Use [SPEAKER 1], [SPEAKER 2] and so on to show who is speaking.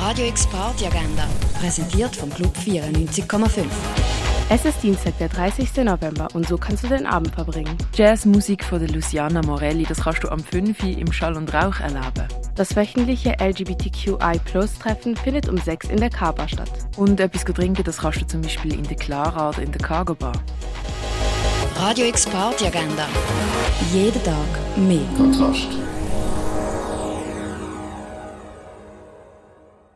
[SPEAKER 1] Radio X Agenda, präsentiert vom Club 94,5.
[SPEAKER 2] Es ist Dienstag, der 30. November und so kannst du den Abend verbringen.
[SPEAKER 3] Jazzmusik von der Luciana Morelli, das kannst du am 5. Uhr im Schall und Rauch erleben.
[SPEAKER 2] Das wöchentliche LGBTQI-Plus-Treffen findet um 6 in der Kaba statt.
[SPEAKER 3] Und etwas trinken, das kannst du zum Beispiel in der Clara oder in der Cargo Bar.
[SPEAKER 1] Radio X Agenda, jeden Tag mehr.
[SPEAKER 4] Kontrast.